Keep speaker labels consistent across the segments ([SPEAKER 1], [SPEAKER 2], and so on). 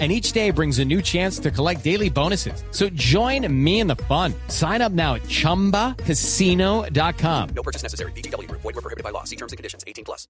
[SPEAKER 1] and each day brings a new chance to collect daily bonuses. So join me in the fun. Sign up now at ChumbaCasino.com.
[SPEAKER 2] No purchase necessary. BGW. Void were prohibited by law. See terms and conditions. 18 plus.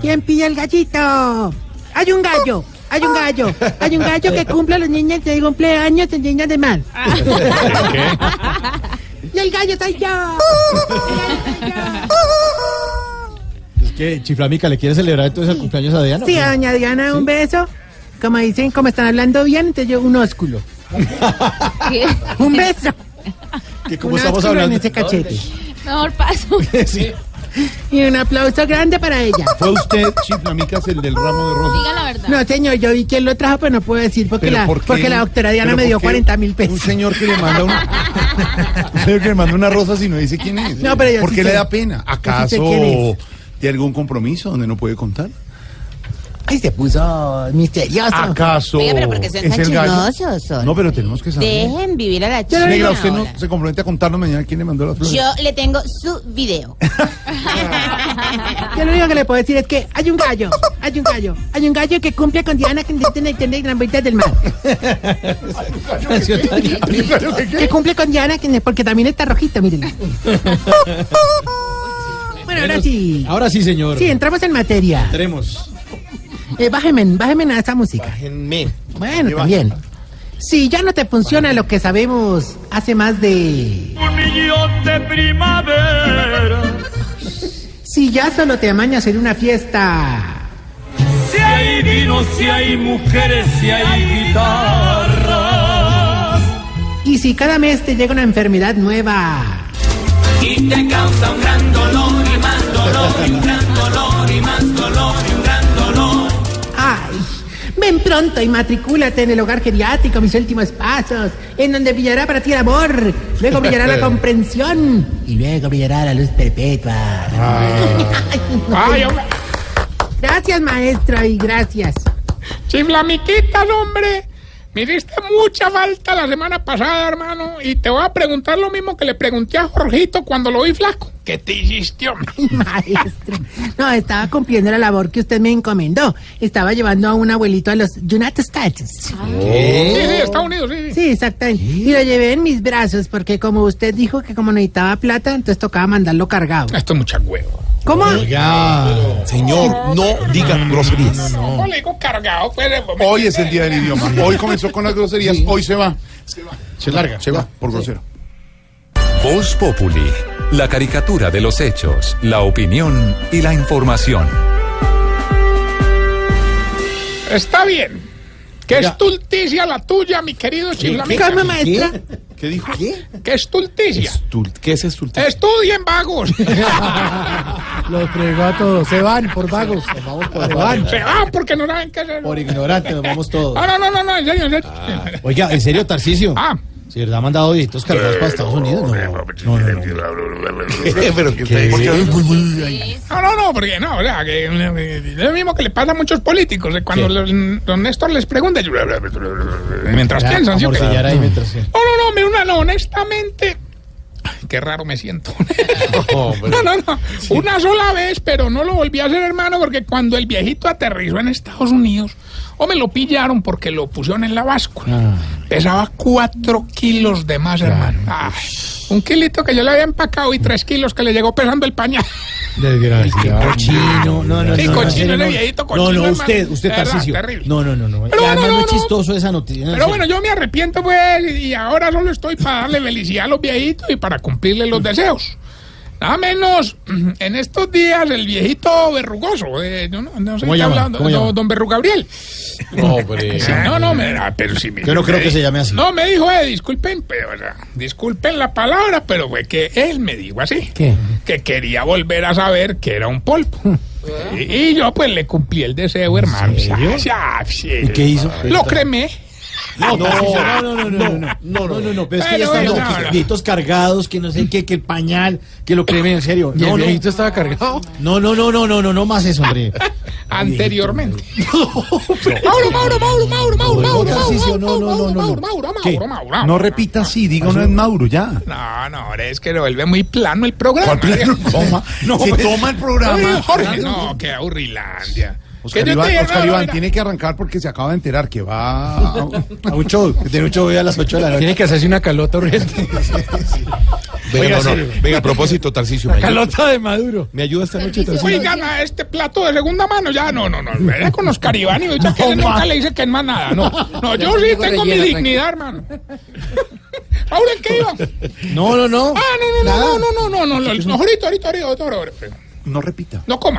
[SPEAKER 3] ¿Quién pilla el gallito? Hay un gallo, hay un gallo, hay un gallo que cumple a los niños de cumpleaños de niñas de mal. Y el gallo soy yo. El gallo soy yo.
[SPEAKER 4] Es que Chiflamica le quiere celebrar entonces el cumpleaños a Diana.
[SPEAKER 3] Sí, a doña Diana un beso. Como dicen, como están hablando bien, entonces yo un ósculo. Un beso.
[SPEAKER 4] que como
[SPEAKER 3] Un
[SPEAKER 4] estamos
[SPEAKER 3] ósculo en
[SPEAKER 4] hablando.
[SPEAKER 3] ese cachete.
[SPEAKER 5] Mejor paso.
[SPEAKER 4] Sí.
[SPEAKER 3] Y un aplauso grande para ella.
[SPEAKER 6] ¿Fue usted, Chiflamicas, el del ramo de rosas?
[SPEAKER 5] Diga la verdad.
[SPEAKER 3] No, señor, yo vi quién lo trajo, pero no puedo decir porque,
[SPEAKER 6] ¿Pero
[SPEAKER 3] la,
[SPEAKER 6] por qué?
[SPEAKER 3] porque la doctora Diana
[SPEAKER 6] ¿Pero
[SPEAKER 3] me
[SPEAKER 6] por
[SPEAKER 3] dio
[SPEAKER 6] qué
[SPEAKER 3] 40 mil
[SPEAKER 6] Un
[SPEAKER 3] pesos.
[SPEAKER 6] señor que le manda una, un señor que le manda una rosa si no dice quién es.
[SPEAKER 3] No, pero yo
[SPEAKER 6] ¿Por
[SPEAKER 3] sí
[SPEAKER 6] qué
[SPEAKER 3] sé.
[SPEAKER 6] le da pena? ¿Acaso
[SPEAKER 3] quién es.
[SPEAKER 6] tiene algún compromiso donde no puede contar?
[SPEAKER 3] Ay, se puso misterioso.
[SPEAKER 6] ¿Acaso
[SPEAKER 7] Oiga, pero porque son
[SPEAKER 6] es
[SPEAKER 7] tan
[SPEAKER 6] el gallo?
[SPEAKER 7] chismosos, son.
[SPEAKER 6] No, pero tenemos que saber.
[SPEAKER 7] Dejen vivir a la chica.
[SPEAKER 6] Negra, usted no
[SPEAKER 7] ahora.
[SPEAKER 6] se compromete a contarnos mañana quién le mandó la flor.
[SPEAKER 7] Yo le tengo su video.
[SPEAKER 3] Yo lo único que le puedo decir es que hay un gallo, hay un gallo, hay un gallo que cumple con Diana que intenta entender gran vuelta del mar. Que cumple con Diana que, porque también está rojito, mírenlo. Bueno, ahora sí.
[SPEAKER 4] Ahora sí, señor.
[SPEAKER 3] Sí, entramos en materia.
[SPEAKER 4] Entremos.
[SPEAKER 3] Eh, bájeme, bájeme a esa música.
[SPEAKER 4] Déjenme.
[SPEAKER 3] Bueno, también. Si ya no te funciona lo que sabemos hace más de...
[SPEAKER 8] un millón de primavera.
[SPEAKER 3] Si ya solo te amaña hacer una fiesta.
[SPEAKER 8] Si hay vino, si hay mujeres, si hay guitarras.
[SPEAKER 3] Y si cada mes te llega una enfermedad nueva.
[SPEAKER 8] Y te causa un gran dolor y más dolor, y un gran dolor y más dolor, y un gran dolor.
[SPEAKER 3] Ay, ven pronto y matricúlate en el hogar geriátrico, mis últimos pasos, en donde brillará para ti el amor, luego brillará la comprensión y luego brillará la luz perpetua. Ay, no. Gracias, maestro, y gracias.
[SPEAKER 9] Chiflamiquita, hombre. Me diste mucha falta la semana pasada, hermano. Y te voy a preguntar lo mismo que le pregunté a Jorgito cuando lo vi flaco. ¿Qué te hiciste, hombre?
[SPEAKER 3] Maestro, no, estaba cumpliendo la labor que usted me encomendó. Estaba llevando a un abuelito a los United States.
[SPEAKER 9] Sí, sí, Estados Unidos, sí, sí.
[SPEAKER 3] Sí, exactamente. Y lo llevé en mis brazos porque como usted dijo que como necesitaba plata, entonces tocaba mandarlo cargado.
[SPEAKER 9] Esto es mucha huevo.
[SPEAKER 3] ¿Cómo?
[SPEAKER 4] Ya.
[SPEAKER 10] Señor, no diga groserías.
[SPEAKER 9] No, le digo cargado, pues. eh, me-
[SPEAKER 6] Hoy es el día del idioma. Hoy comenzó con las groserías, hoy se va. Se va. Se larga. Se va, por grosero.
[SPEAKER 11] Voz Populi, la caricatura de los hechos, la opinión y la información.
[SPEAKER 9] Está bien. Que es tulticia la tuya, mi querido Chiflamica.
[SPEAKER 3] ¿Cómo, maestra?
[SPEAKER 6] ¿Qué dijo?
[SPEAKER 9] Que es tulticia.
[SPEAKER 10] ¿Qué es esto?
[SPEAKER 9] Estudien, vagos.
[SPEAKER 4] Los fregó a todos. Se van por vagos. Nos vamos por van.
[SPEAKER 9] Se van porque no saben qué hacer.
[SPEAKER 4] Por ignorante, nos vamos todos.
[SPEAKER 9] Ah, no, no, no, no, en serio, en serio.
[SPEAKER 4] Oiga, ¿en serio, Tarcicio?
[SPEAKER 9] Ah.
[SPEAKER 4] ¿Se verdad ha mandado dígitos cargados para Estados Unidos? No, no, no. no, no.
[SPEAKER 10] Pero que te-
[SPEAKER 4] ¿Qué?
[SPEAKER 9] No, no, no, porque no, o sea, que eh, es lo mismo que le pasa a muchos políticos, de cuando
[SPEAKER 4] Sí.
[SPEAKER 9] los- don Néstor les pregunta, y- mientras
[SPEAKER 4] Ya,
[SPEAKER 9] piensan, ¿sí o qué?
[SPEAKER 4] amorcillar ahí mientras sí.
[SPEAKER 9] No, no, no, me una, no, honestamente, ay, qué raro me siento. no, no, no, una sola vez, pero no lo volví a hacer, hermano, porque cuando el viejito aterrizó en Estados Unidos, o me lo pillaron porque lo pusieron en la báscula. Pesaba cuatro kilos de más, hermano. Ay, un kilito que yo le había empacado y tres kilos que le llegó pesando el pañal.
[SPEAKER 4] Desgraciado. Cochino. No, no, no.
[SPEAKER 9] Sí,
[SPEAKER 4] no, en
[SPEAKER 9] cochino,
[SPEAKER 4] serio,
[SPEAKER 9] era
[SPEAKER 4] no.
[SPEAKER 9] viejito,
[SPEAKER 4] No,
[SPEAKER 9] cochino,
[SPEAKER 4] no,
[SPEAKER 9] hermano.
[SPEAKER 4] usted, usted,
[SPEAKER 9] De verdad,
[SPEAKER 4] Tarcicio.
[SPEAKER 9] terrible.
[SPEAKER 4] No, no, no, no.
[SPEAKER 9] Pero
[SPEAKER 4] Además,
[SPEAKER 9] bueno,
[SPEAKER 4] no es
[SPEAKER 9] no, no.
[SPEAKER 4] chistoso esa noticia.
[SPEAKER 9] Pero bueno, yo me arrepiento, pues, y ahora solo estoy para darle felicidad a los viejitos y para cumplirle los deseos. Nada menos, en estos días, el viejito verrugoso, eh, yo no, no sé
[SPEAKER 4] ¿Cómo
[SPEAKER 9] qué
[SPEAKER 4] llama?
[SPEAKER 9] hablando,
[SPEAKER 4] ¿Cómo
[SPEAKER 9] no,
[SPEAKER 4] llama?
[SPEAKER 9] don Berru Gabriel.
[SPEAKER 10] No, hombre.
[SPEAKER 9] Sí, no, no, me, ah, pero sí me-
[SPEAKER 4] Yo no creo que se llame así.
[SPEAKER 9] No, me dijo, eh, disculpen, pero, o sea, disculpen la palabra, pero fue que él me dijo así.
[SPEAKER 4] ¿Qué? Hmm.
[SPEAKER 9] Que quería volver a saber que era un polvo. Y, y yo, pues, le cumplí el deseo, hermano.
[SPEAKER 4] serio?
[SPEAKER 9] Ya, ya, sí.
[SPEAKER 4] ¿Y qué hizo?
[SPEAKER 9] Lo cremé.
[SPEAKER 5] No,
[SPEAKER 4] No,
[SPEAKER 5] no, no, no, no, no,
[SPEAKER 4] no, no, no, no, pero es que
[SPEAKER 5] Bueno,
[SPEAKER 4] ya están
[SPEAKER 5] bueno,
[SPEAKER 4] los
[SPEAKER 5] no, no.
[SPEAKER 4] viejitos cargados, que no sé qué, que el pañal, que lo cremen, en serio.
[SPEAKER 5] ¿Y el
[SPEAKER 4] No, no.
[SPEAKER 5] viejito
[SPEAKER 4] estaba cargado? No, no, no, no, no, no, no más eso, hombre.
[SPEAKER 9] Anteriormente. Mauro, Mauro, Mauro, Mauro, Mauro, Mauro, Mauro, Mauro, Mauro, Mauro, Mauro,
[SPEAKER 5] ¿Qué?
[SPEAKER 9] Mauro, Mauro.
[SPEAKER 5] No repita así, diga una vez Mauro, ya.
[SPEAKER 9] No, no, hombre, es que lo vuelve muy plano el programa.
[SPEAKER 5] ¿Cuál plano? Toma, se
[SPEAKER 6] pues,
[SPEAKER 9] hombre.
[SPEAKER 5] toma el programa.
[SPEAKER 9] Oye, Jorge, no, qué aburrilandia.
[SPEAKER 6] Oscar
[SPEAKER 9] Que yo te
[SPEAKER 6] Iván,
[SPEAKER 9] diga,
[SPEAKER 6] Oscar
[SPEAKER 9] no, no,
[SPEAKER 6] Iván
[SPEAKER 9] mira.
[SPEAKER 6] tiene que arrancar porque se acaba de enterar que va a, a
[SPEAKER 4] un show. que Tiene un show hoy a las 8 de la noche. Tiene que hacerse una calota urgente.
[SPEAKER 10] Venga,
[SPEAKER 4] Oiga,
[SPEAKER 10] no, no.
[SPEAKER 4] serio.
[SPEAKER 10] Venga, a propósito, Tarcicio. ¿me ayuda?
[SPEAKER 4] calota de Maduro.
[SPEAKER 10] ¿Me ayuda esta noche, Tarcicio?
[SPEAKER 9] Oigan, a este plato de segunda mano, ya no, no, no. Era con Oscar Iván y ya que
[SPEAKER 10] No,
[SPEAKER 9] él nunca
[SPEAKER 10] ma.
[SPEAKER 9] le dice que es más nada. No, no,
[SPEAKER 8] Ya
[SPEAKER 9] yo sí
[SPEAKER 8] tengo
[SPEAKER 9] tengo mi
[SPEAKER 8] relleno,
[SPEAKER 9] dignidad, hermano. Mauro, ¿en qué iba?
[SPEAKER 4] No, no, no.
[SPEAKER 9] Ah, no, no, no, no, no, no, no, no, no, ahorita, ahorita, ahorita, ahorita, ahorita.
[SPEAKER 6] No repita.
[SPEAKER 9] No coma.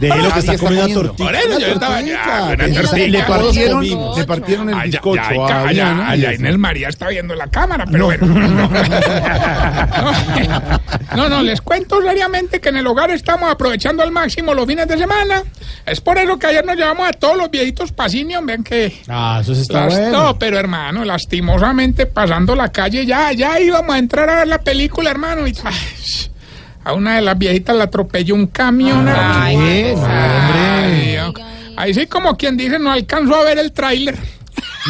[SPEAKER 4] De lo que está comiendo
[SPEAKER 6] Nadie comiendo.
[SPEAKER 4] tortilla.
[SPEAKER 9] Por eso yo estaba
[SPEAKER 6] tortica,
[SPEAKER 9] ah, una
[SPEAKER 6] le-
[SPEAKER 9] tortica.
[SPEAKER 6] le partieron-
[SPEAKER 9] Bizcocho.
[SPEAKER 6] le partieron el
[SPEAKER 9] Allá-
[SPEAKER 6] bizcocho Ah, ¿eh?
[SPEAKER 9] allá hay
[SPEAKER 6] a
[SPEAKER 9] ca- allá-
[SPEAKER 6] Adriana y
[SPEAKER 9] allá
[SPEAKER 6] eso.
[SPEAKER 9] Inés María está viendo la cámara, pero bueno. No. no, no, les cuento seriamente que en el hogar estamos aprovechando al máximo los fines de semana. Es por eso que ayer nos llevamos a todos los viejitos pasinio, vean que...
[SPEAKER 4] Ah, eso sí está
[SPEAKER 9] Las-
[SPEAKER 4] bueno.
[SPEAKER 9] No, pero hermano, lastimosamente pasando la calle ya, ya íbamos a entrar a ver la película, hermano. Y, ay, a una de las viejitas la atropelló un
[SPEAKER 4] Ah,
[SPEAKER 9] camión. hermano.
[SPEAKER 4] ¿Qué? No,
[SPEAKER 9] Ay,
[SPEAKER 4] hombre.
[SPEAKER 9] Dios. Ahí sí, como quien dice, no alcanzó a ver el tráiler.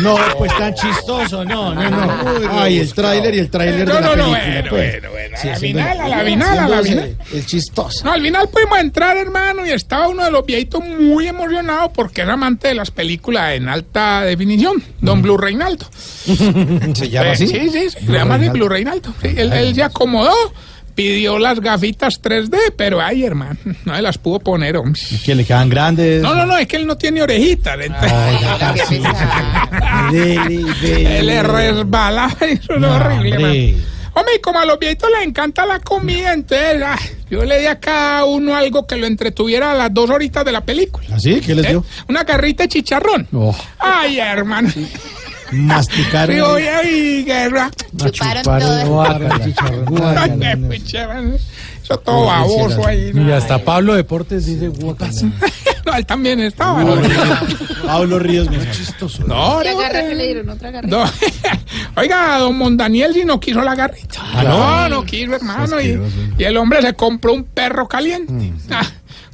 [SPEAKER 4] No, pues tan chistoso, no, no, no. Ay, el tráiler y el tráiler
[SPEAKER 9] Eh, No,
[SPEAKER 4] de la
[SPEAKER 9] no, no,
[SPEAKER 4] película.
[SPEAKER 9] bueno,
[SPEAKER 4] pues.
[SPEAKER 9] bueno, bueno.
[SPEAKER 4] Sí,
[SPEAKER 9] a la
[SPEAKER 4] haciendo-
[SPEAKER 9] final, a la final, a la
[SPEAKER 4] haciéndose
[SPEAKER 9] final.
[SPEAKER 4] El chistoso.
[SPEAKER 9] No, al final pudimos entrar, hermano, y estaba uno de los viejitos muy emocionado porque era amante de las películas en alta definición, Don Blue Reinaldo.
[SPEAKER 4] ¿Se llama
[SPEAKER 9] Eh,
[SPEAKER 4] así?
[SPEAKER 9] Sí, sí, sí, se llama así Blue Reinaldo. Sí, él, él se acomodó, pidió las gafitas 3D, pero ay, hermano, no se las pudo poner, hombre.
[SPEAKER 4] Que le quedan grandes.
[SPEAKER 9] No, no, no, es que él no tiene orejitas.
[SPEAKER 4] Ah.
[SPEAKER 9] entonces-
[SPEAKER 4] Dele, dele.
[SPEAKER 9] él le resbala, eso es horrible, hermano.
[SPEAKER 4] Hombre.
[SPEAKER 9] Hombre, y como a los viejitos les encanta la comida, entonces ah, yo le di a cada uno algo que lo entretuviera a las dos horitas de la película.
[SPEAKER 4] ¿Así? ¿Qué les
[SPEAKER 9] ¿eh?
[SPEAKER 4] dio?
[SPEAKER 9] Una carrita de chicharrón.
[SPEAKER 4] Oh,
[SPEAKER 9] Ay, hermano.
[SPEAKER 4] masticaron.
[SPEAKER 9] Sí, oye, ay, guerra.
[SPEAKER 4] a chupar el guarda, chicharrón.
[SPEAKER 9] Ay,
[SPEAKER 4] guarda,
[SPEAKER 9] me
[SPEAKER 4] no, no.
[SPEAKER 9] picharon. Eso todo baboso ahí. ¿no?
[SPEAKER 12] Mira, hasta Pablo Deportes dice guacamole.
[SPEAKER 9] No, él también estaba. No,
[SPEAKER 4] Pablo Ríos, me chistoso.
[SPEAKER 9] no,
[SPEAKER 7] ¿Qué
[SPEAKER 9] no,
[SPEAKER 7] garra que le dieron? ¿Otra garra?
[SPEAKER 9] no. Oiga, don Mondaniel si no quiso la garrita. no,
[SPEAKER 4] no.
[SPEAKER 9] no quiso, hermano. Y, y el hombre se compró un perro caliente. Ah,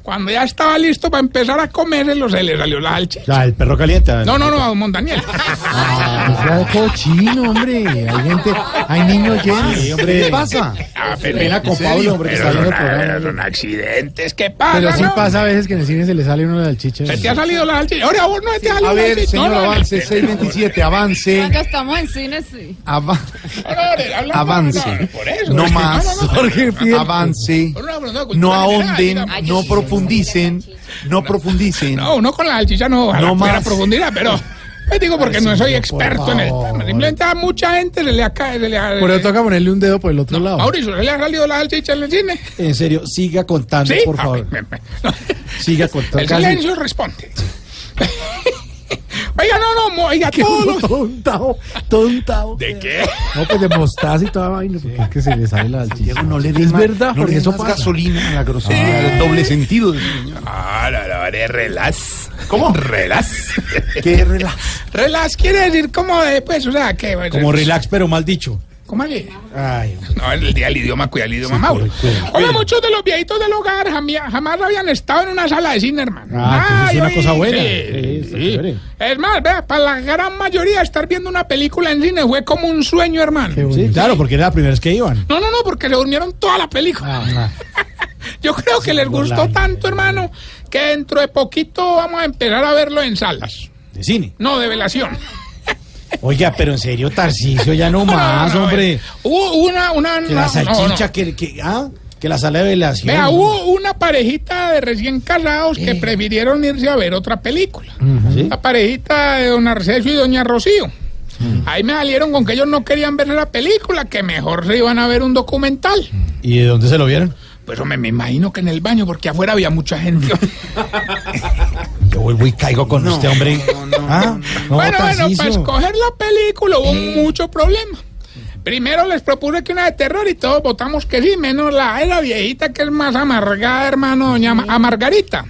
[SPEAKER 9] Cuando ya estaba listo para empezar a comérselo, se le salió la alche.
[SPEAKER 4] Ya, el perro calienta.
[SPEAKER 9] No, no, no, a don Mondaniel.
[SPEAKER 12] Ah, sea cochino, hombre. Hay gente, hay niños llenos.
[SPEAKER 4] Sí,
[SPEAKER 12] ¿Qué
[SPEAKER 4] hombre.
[SPEAKER 12] le pasa?
[SPEAKER 9] Ah, pero-
[SPEAKER 4] Pena con
[SPEAKER 9] ¿en serio?
[SPEAKER 4] Pablo, hombre, que
[SPEAKER 9] Pero
[SPEAKER 4] está viendo el
[SPEAKER 9] son-
[SPEAKER 4] programa.
[SPEAKER 9] Son accidentes, ¿qué pasa?
[SPEAKER 12] Pero sí
[SPEAKER 9] no?
[SPEAKER 12] pasa a veces que en el cine se le sale uno de salchicha.
[SPEAKER 9] Se te ha salido la alche. Ahora vos no se te ha salido
[SPEAKER 6] A
[SPEAKER 9] la
[SPEAKER 6] ver,
[SPEAKER 9] alchicha. No,
[SPEAKER 6] señor,
[SPEAKER 9] no, no.
[SPEAKER 6] avance, 627, avance.
[SPEAKER 13] estamos en cine, sí.
[SPEAKER 6] ava-
[SPEAKER 9] Avance. Por eso.
[SPEAKER 6] No más.
[SPEAKER 9] Ah, pues
[SPEAKER 6] Avance.
[SPEAKER 9] Por una pregunta de cultura
[SPEAKER 6] No
[SPEAKER 9] general,
[SPEAKER 6] ahonden,
[SPEAKER 9] digamos.
[SPEAKER 6] no profundicen, no profundicen.
[SPEAKER 9] No, no con la alchicha, no, ojalá
[SPEAKER 6] No
[SPEAKER 9] tuviera
[SPEAKER 6] más.
[SPEAKER 9] profundidad, pero les digo porque no soy experto en el
[SPEAKER 12] favor.
[SPEAKER 9] tema. Simplemente a mucha gente se le ha caído.
[SPEAKER 12] Por eso toca ponerle un dedo por el otro lado.
[SPEAKER 9] Mauricio, ¿se le ha salido la alchicha en el cine?
[SPEAKER 4] En serio, siga contando,
[SPEAKER 9] Sí,
[SPEAKER 4] por
[SPEAKER 9] Ah,
[SPEAKER 4] favor.
[SPEAKER 9] me- me- no.
[SPEAKER 4] Siga contando.
[SPEAKER 9] El silencio responde. Oiga, no, no, mo- oiga, todos los-
[SPEAKER 12] Tontao, tontao.
[SPEAKER 9] ¿De qué?
[SPEAKER 12] No, pues de mostaza y toda vaina, porque es que se le sale la salchicha.
[SPEAKER 6] No le
[SPEAKER 12] Es
[SPEAKER 6] den más-
[SPEAKER 12] verdad,
[SPEAKER 6] no le
[SPEAKER 12] porque
[SPEAKER 6] den
[SPEAKER 12] eso
[SPEAKER 6] más
[SPEAKER 12] pasa.
[SPEAKER 6] gasolina a la
[SPEAKER 4] Ah,
[SPEAKER 6] grosería, el doble sentido.
[SPEAKER 9] Ah, no, no, eres relás. ¿Cómo? Relás.
[SPEAKER 6] Qué relax.
[SPEAKER 9] relás quiere decir como de, pues, o sea, que...
[SPEAKER 4] Como relax, pero mal dicho.
[SPEAKER 9] ¿Cómo le-
[SPEAKER 4] Ay,
[SPEAKER 9] No, el día del idioma, cuida el idioma, Mauro. Oye, muchos de los viejitos del hogar jamia- jamás habían estado en una sala de cine, hermano.
[SPEAKER 4] Ah, pues es una
[SPEAKER 9] Ay,
[SPEAKER 4] cosa buena.
[SPEAKER 9] sí.
[SPEAKER 4] Sí, está chévere.
[SPEAKER 9] Es más, vea, para la gran mayoría estar viendo una película en cine fue como un sueño, hermano.
[SPEAKER 4] Sí, claro, porque era la primera vez que iban. Ah,
[SPEAKER 9] No, no, no, porque se durmieron toda la película. Yo creo que les gustó
[SPEAKER 4] Volando.
[SPEAKER 9] tanto, hermano, que dentro de poquito vamos a empezar a verlo en salas.
[SPEAKER 4] De cine.
[SPEAKER 9] No, de velación.
[SPEAKER 4] Oiga, pero en serio, Tarcicio, ya no más,
[SPEAKER 9] No, no,
[SPEAKER 4] hombre.
[SPEAKER 9] eh, Hubo una, una.
[SPEAKER 4] Que la
[SPEAKER 9] no, no, no.
[SPEAKER 4] salchicha, Que, que, ah, que la sala de velación.
[SPEAKER 9] Vea, hubo una parejita de recién casados que prefirieron irse a ver otra película.
[SPEAKER 4] ¿Sí?
[SPEAKER 9] La parejita de Don Arcesio y Doña Rocío. Ahí me salieron con que ellos no querían ver la película, que mejor se iban a ver un documental.
[SPEAKER 4] ¿Y de dónde se lo vieron?
[SPEAKER 9] Pues hombre, me imagino que en el baño, porque afuera había mucha gente.
[SPEAKER 4] Yo vuelvo y caigo con usted, hombre. ah, no,
[SPEAKER 9] bueno, pues bueno,
[SPEAKER 4] Tarcicio.
[SPEAKER 9] para escoger la película hubo mucho problema. Primero les propuse que una de terror y todos votamos que sí, menos la era viejita que es más amargada, hermano, doña Ma- a Margarita.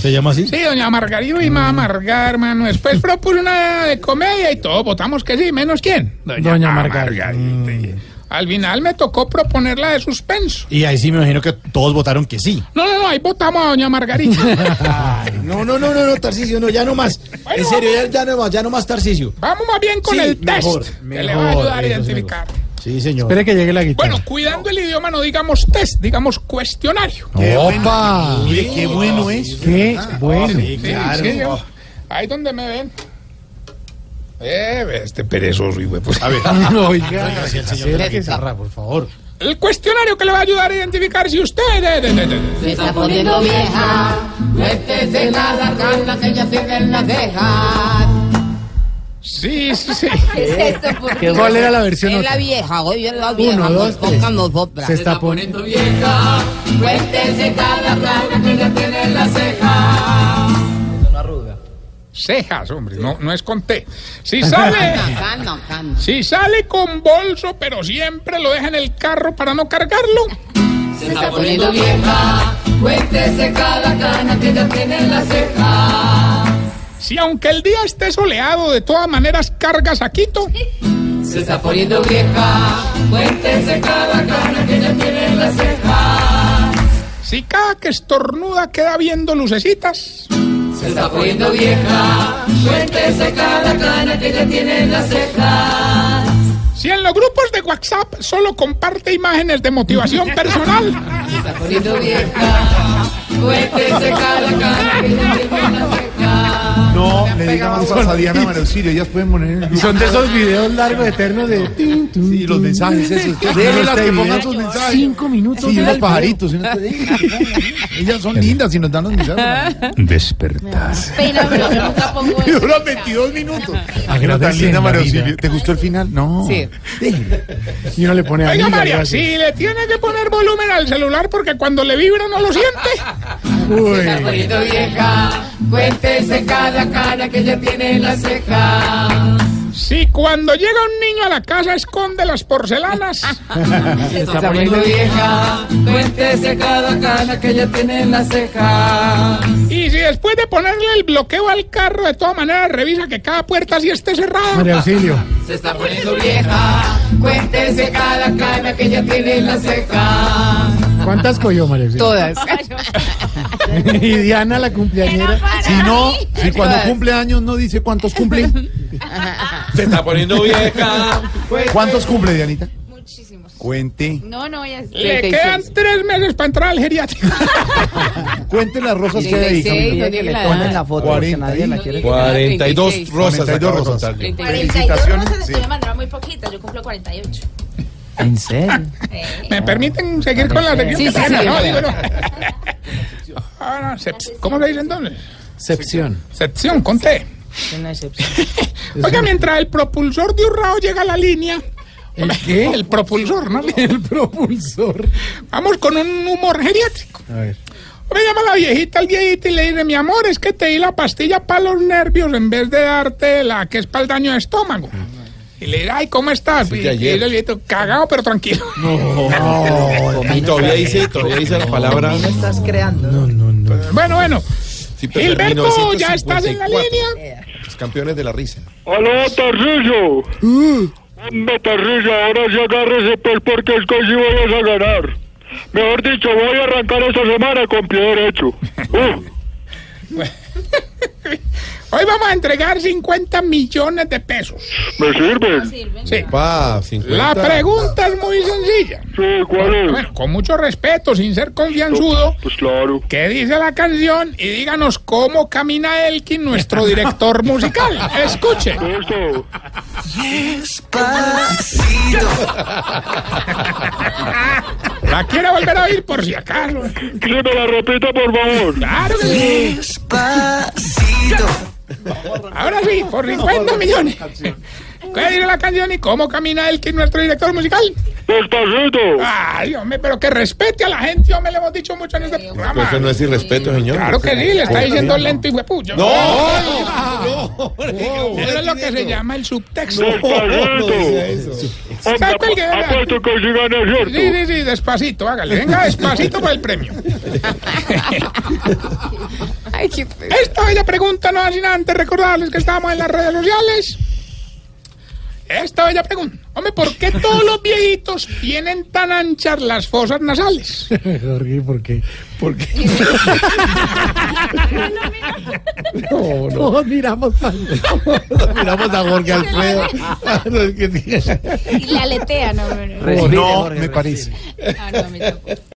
[SPEAKER 13] ¿Se llama así?
[SPEAKER 9] Sí, doña Margarita y más amargada, hermano. Después propuso una de comedia y todos votamos que sí, menos quién.
[SPEAKER 13] Doña Margarita.
[SPEAKER 9] Al final me tocó proponer la de suspenso.
[SPEAKER 13] Y ahí sí me imagino que todos votaron que sí.
[SPEAKER 9] No, no, no, ahí votamos a doña Margarita.
[SPEAKER 13] No, no, no, no, no, Tarcicio, no, ya no más. en serio, ya, ya no más, ya no más, Tarcicio.
[SPEAKER 9] Vamos más bien con
[SPEAKER 13] Sí,
[SPEAKER 9] el test.
[SPEAKER 13] mejor,
[SPEAKER 9] que le va a
[SPEAKER 13] mejor, eso
[SPEAKER 9] ayudar a
[SPEAKER 13] es
[SPEAKER 9] identificar.
[SPEAKER 13] Sí, señor.
[SPEAKER 4] Espere que llegue la guitarra.
[SPEAKER 9] Bueno, cuidando el idioma, no digamos test, digamos cuestionario.
[SPEAKER 4] ¡Opa! Ah,
[SPEAKER 9] Mire, qué bueno
[SPEAKER 4] es. Qué bueno.
[SPEAKER 9] Sí, sí, yo- ahí donde me ven. Eh, este perezoso, hijo de puta.
[SPEAKER 6] A ver.
[SPEAKER 9] Oiga,
[SPEAKER 13] Gracias, el señor de la guitarra, por favor.
[SPEAKER 9] El cuestionario que le va a ayudar a identificar si usted. eh, de- de- de-
[SPEAKER 8] Se está poniendo vieja, cuéntese cada carne que ya tiene en las cejas.
[SPEAKER 9] Sí, sí, sí.
[SPEAKER 7] ¿Qué es esto? por
[SPEAKER 8] ¿Qué-
[SPEAKER 7] Dios?
[SPEAKER 8] cuál era la versión
[SPEAKER 7] Es
[SPEAKER 8] otra?
[SPEAKER 7] la vieja, hoy es la vieja.
[SPEAKER 8] Uno,
[SPEAKER 7] nos
[SPEAKER 8] dos, tres.
[SPEAKER 7] toca a nosotras.
[SPEAKER 8] Se está poniendo vieja, cuéntese cada carne que ya tiene en las cejas.
[SPEAKER 9] Cejas, hombre, no, no es con T. Si sale,
[SPEAKER 7] Acá no, acá no.
[SPEAKER 9] si sale con bolso, pero siempre lo deja en el carro para no cargarlo.
[SPEAKER 8] Se está poniendo vieja, cuéntese cada carne que ya tiene en las cejas.
[SPEAKER 9] Si aunque el día esté soleado, de todas maneras cargas a Quito.
[SPEAKER 8] Se está poniendo vieja, cuéntese cada carne que ya tiene en las cejas.
[SPEAKER 9] Si cada que estornuda queda viendo lucecitas.
[SPEAKER 8] Se está poniendo vieja, cuéntese cada cana que ya tiene en las cejas.
[SPEAKER 9] Si en los grupos de WhatsApp solo comparte imágenes de motivación personal.
[SPEAKER 8] Se está poniendo vieja, cuéntese cada cana que ya tiene en las cejas.
[SPEAKER 6] No, le digan más a Diana Marauxilio, ellas pueden poner en el
[SPEAKER 4] Y
[SPEAKER 6] grupo.
[SPEAKER 4] son de esos videos largos eternos de. Sí,
[SPEAKER 6] los mensajes esos.
[SPEAKER 4] Déjenlas
[SPEAKER 6] Este
[SPEAKER 4] que
[SPEAKER 6] video.
[SPEAKER 4] pongan sus mensajes.
[SPEAKER 6] Cinco
[SPEAKER 4] minutos.
[SPEAKER 6] Sí,
[SPEAKER 4] del
[SPEAKER 6] los
[SPEAKER 4] video.
[SPEAKER 6] pajaritos. y no te- Ellas son lindas y nos dan los mensajes.
[SPEAKER 4] Ah.
[SPEAKER 13] Despertar.
[SPEAKER 7] Pena, pero nunca pongo
[SPEAKER 6] Y
[SPEAKER 7] eso.
[SPEAKER 6] dura 22 minutos. Era tan
[SPEAKER 13] Agradece
[SPEAKER 6] linda
[SPEAKER 13] en la vida.
[SPEAKER 6] Marauxilio. ¿Te gustó el final? No.
[SPEAKER 7] Sí.
[SPEAKER 4] Y uno le pone
[SPEAKER 9] Oiga,
[SPEAKER 4] amiga,
[SPEAKER 9] María,
[SPEAKER 4] gracias.
[SPEAKER 9] si le tiene que poner volumen al celular porque cuando le vibra no lo siente.
[SPEAKER 8] Se está poniendo vieja, cuéntese cada cana que ya tiene en las cejas.
[SPEAKER 9] Si cuando llega un niño a la casa esconde las porcelanas.
[SPEAKER 8] Se está poniendo vieja, cuéntese cada cana que ya tiene en las cejas.
[SPEAKER 9] Y si después de ponerle el bloqueo al carro, de todas maneras revisa que cada puerta sí esté
[SPEAKER 4] María
[SPEAKER 9] cerrada.
[SPEAKER 4] Auxilio.
[SPEAKER 8] Se está poniendo vieja, cuéntese cada cana que ya tiene en las cejas.
[SPEAKER 4] ¿Cuántas cogió María Auxilio?
[SPEAKER 7] Todas.
[SPEAKER 4] y Diana, la cumpleañera.
[SPEAKER 6] Si no, si cuando cumple años no dice cuántos cumplen.
[SPEAKER 10] Se está poniendo vieja.
[SPEAKER 6] ¿Cuántos cumple, Dianita?
[SPEAKER 7] Muchísimos.
[SPEAKER 6] Cuente.
[SPEAKER 7] No, no, ya es
[SPEAKER 9] Le quedan
[SPEAKER 7] 36.
[SPEAKER 9] tres meses para entrar al geriátrico.
[SPEAKER 6] Cuente las rosas que hay ahí.
[SPEAKER 7] 36, no
[SPEAKER 6] Camila.
[SPEAKER 7] tiene la
[SPEAKER 14] Ponle
[SPEAKER 7] edad.
[SPEAKER 14] la foto porque
[SPEAKER 6] 40
[SPEAKER 14] nadie la quiere.
[SPEAKER 10] 42
[SPEAKER 7] 36.
[SPEAKER 10] rosas.
[SPEAKER 6] 42
[SPEAKER 10] acabo de
[SPEAKER 6] rosas.
[SPEAKER 10] contar yo.
[SPEAKER 7] 42
[SPEAKER 6] Felicitaciones,
[SPEAKER 7] rosas
[SPEAKER 6] sí.
[SPEAKER 7] estoy de manera muy poquita, yo cumplo 48.
[SPEAKER 14] ¿En serio?
[SPEAKER 9] ¿Me permiten seguir con la sección?
[SPEAKER 7] Sí, sí,
[SPEAKER 9] Qué pena,
[SPEAKER 7] sí.
[SPEAKER 9] no, digo, no. Ah, no, sep- ¿Cómo le dicen entonces?
[SPEAKER 4] Excepción.
[SPEAKER 9] Sección, conté.
[SPEAKER 14] Una excepción.
[SPEAKER 9] Oiga, mientras el propulsor de Urrao llega a la línea.
[SPEAKER 4] ¿El qué?
[SPEAKER 9] El propulsor, ¿no?
[SPEAKER 4] El propulsor.
[SPEAKER 9] Vamos con un humor geriátrico.
[SPEAKER 4] A ver.
[SPEAKER 9] Me llama la viejita al viejito y le dice, mi amor, es que te di la pastilla para los nervios en vez de darte la que es para el daño de estómago. Y le dice, ay, ¿cómo estás? y
[SPEAKER 10] de
[SPEAKER 9] y
[SPEAKER 10] ayer.
[SPEAKER 9] dice el viejito, cagado, pero tranquilo.
[SPEAKER 10] Y todavía dice, todavía dice la palabra.
[SPEAKER 14] No estás creando.
[SPEAKER 9] Bueno, bueno.
[SPEAKER 10] Sí, pero en
[SPEAKER 9] Gilberto, ya estás en la
[SPEAKER 10] 1954,
[SPEAKER 9] línea.
[SPEAKER 10] Los campeones de la risa.
[SPEAKER 15] ¡Aló, Tarrillo!
[SPEAKER 9] Uh.
[SPEAKER 15] Hombre, Tarrillo, ahora sí agárrese pues porque es que sí vayas a ganar. Mejor dicho, voy a arrancar esta semana con pie derecho. Uh,
[SPEAKER 9] Hoy vamos a entregar 50 millones de pesos.
[SPEAKER 15] ¿Me sirven?
[SPEAKER 9] Sí.
[SPEAKER 10] Pa, 50.
[SPEAKER 9] La pregunta es muy sencilla.
[SPEAKER 15] Sí, ¿cuál es?
[SPEAKER 9] Bueno, con mucho respeto, sin ser confianzudo,
[SPEAKER 15] Pues claro.
[SPEAKER 9] ¿qué dice la canción? Y díganos cómo camina Elkin, nuestro director musical. Escuche.
[SPEAKER 15] Eso.
[SPEAKER 9] La quiere volver a oír por si acaso.
[SPEAKER 15] Sí, me la repita, por favor.
[SPEAKER 9] Claro que sí. Ahora sí, por 50 millones. ¿Qué dice la canción y cómo camina Elkin, nuestro director musical?
[SPEAKER 15] Despacito.
[SPEAKER 9] Ay, hombre, pero que respete a la gente, hombre, le hemos dicho mucho en este programa.
[SPEAKER 10] Pero Pues eso no es irrespeto, señor.
[SPEAKER 9] Claro que sí, le está diciendo lento y huepucho.
[SPEAKER 10] No.
[SPEAKER 9] Eso es lo que se llama el subtexto.
[SPEAKER 15] Despacito.
[SPEAKER 9] ¿Sabe cuál que-
[SPEAKER 15] Apuesto que sí gana,
[SPEAKER 9] Sí,
[SPEAKER 15] ¿cierto?
[SPEAKER 9] sí, sí, despacito, hágale. Venga, despacito para el premio. Esta bella pregunta no sin antes recordarles que estamos en las redes sociales. Esta bella pregunta. Hombre, ¿por qué todos los viejitos tienen tan anchas las fosas nasales?
[SPEAKER 12] Jorge, ¿por qué? ¿Por qué?
[SPEAKER 4] No, no. Todos miramos para
[SPEAKER 5] Miramos a Jorge Alfredo. No, es que-
[SPEAKER 7] Y la aletea, no, no, no.
[SPEAKER 5] No, me parece.
[SPEAKER 7] Ah, no, a mí tampoco.